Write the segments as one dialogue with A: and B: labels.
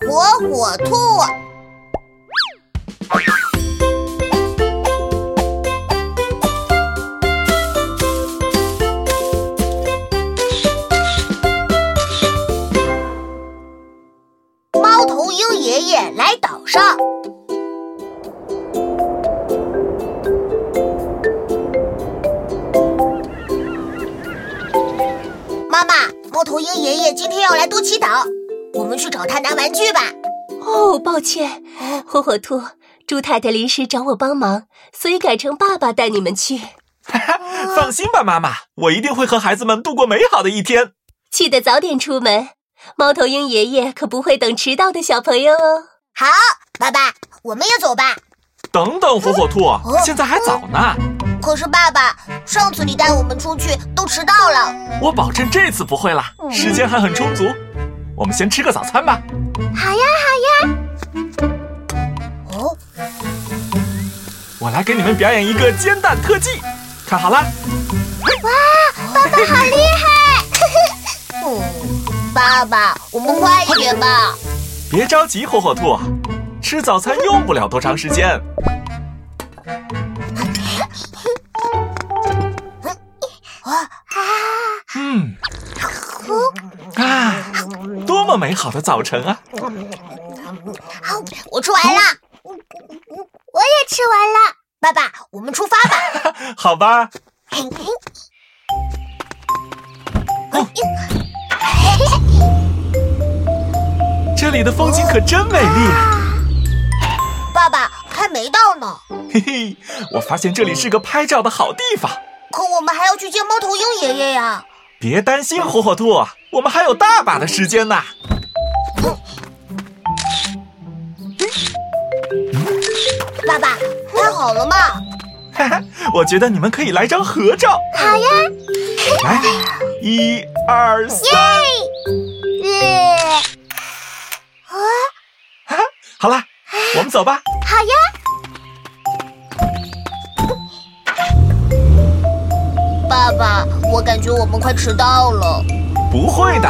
A: 火火兔。猫头鹰爷爷来岛上，妈妈，猫头鹰爷爷今天要来多奇岛，我们去找他拿玩具吧。
B: 哦，抱歉，火火兔，猪太太临时找我帮忙，所以改成爸爸带你们去。
C: 放心吧，妈妈，我一定会和孩子们度过美好的一天。
B: 记得早点出门，猫头鹰爷爷可不会等迟到的小朋友哦。
A: 好，爸爸，我们也走吧。
C: 等等，火火兔，现在还早呢，
A: 可是爸爸，上次你带我们出去都迟到了。
C: 我保证这次不会啦，时间还很充足。我们先吃个早餐吧。
A: 好呀，好呀。哦，
C: 我来给你们表演一个煎蛋特技，看好了，
A: 好厉 害！嗯，爸爸，我们快一点吧。
C: 别着急，火火兔，吃早餐用不了多长时间。
A: 啊
C: 嗯，啊，多么美好的早晨啊！
A: 好，我吃完了。我也吃完了。爸爸，我们出发吧。
C: 好吧，这里的风景可真美丽。
A: 爸爸，还没到呢，
C: 嘿嘿，我发现这里是个拍照的好地方。
A: 可我们还要去见猫头鹰爷爷呀。
C: 别担心，火火兔，我们还有大把的时间呢。
A: 爸爸，拍好了吗？
C: 哈哈，我觉得你们可以来张合照。
A: 好呀。
C: 来，一二三，
A: 耶！啊
C: 好啦，我们走吧。
A: 好呀。爸爸，我感觉我们快迟到了。
C: 不会的，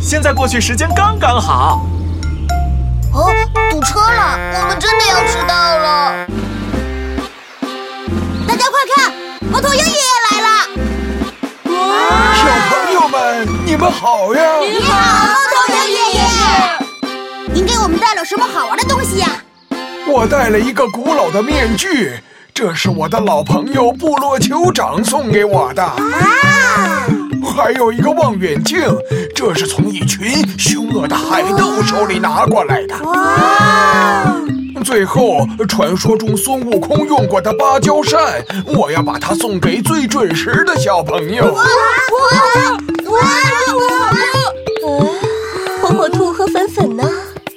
C: 现在过去时间刚刚好。
A: 哦，堵车了，我们真的要迟到了。大家快看，猫头鹰爷爷来了！
D: 小朋友们，你们好呀！
A: 你好，猫头鹰爷爷。您给我们带了什么好玩的东西呀、
D: 我带了一个古老的面具，这是我的老朋友部落酋长送给我的。还有一个望远镜，这是从一群凶恶的海盗手里拿过来的。最后，传说中孙悟空用过的芭蕉扇，我要把它送给最准时的小朋友。
B: 火火兔和粉粉呢？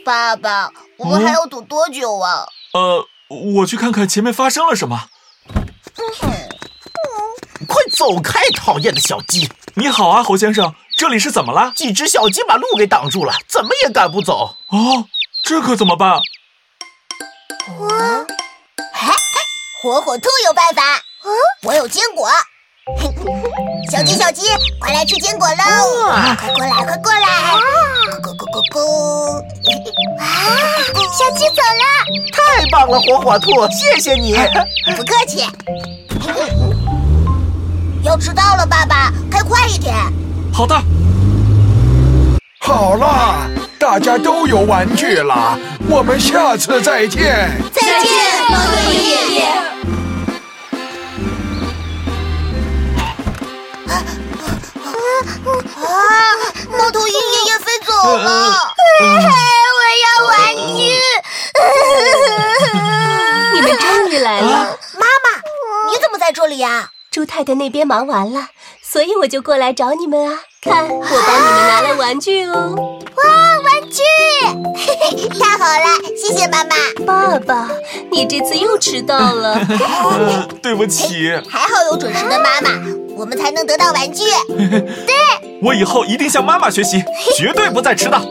A: 爸爸，我们还要堵多久啊？
C: 呃，我去看看前面发生了什么。
E: 快走开，讨厌的小鸡！
C: 你好啊，侯先生，这里是怎么了？
E: 几只小鸡把路给挡住了，怎么也赶不走。
C: 哦，这可怎么办？
A: 火火兔有办法，
E: 嗯
A: 我有坚果。小鸡，小鸡，快来吃坚果喽！快过来，快过来！咕咕咕咕咕！啊，小鸡走了，
E: 太棒了，火火兔，谢谢你。
A: 不客 气。要迟到了，爸爸，开快一点！
C: 好的，
D: 好啦，大家都有玩具了，我们下次再见。
A: 再见，猫头鹰爷爷。啊！猫头鹰爷爷飞走 了，哎我要玩具。
B: 你们终于来了。
A: 妈妈，你怎么在这里呀、
B: 猪太太那边忙完了，所以我就过来找你们啊。看，我帮你们拿了玩具哦。
A: 哇，啊玩具！ 太好了，谢谢妈妈。
B: 爸爸，你这次又迟到了。
C: 呃，对不起，
A: 哎还好有准时的妈妈，我们才能得到玩具。
C: 我以后一定向妈妈学习，绝对不再迟到。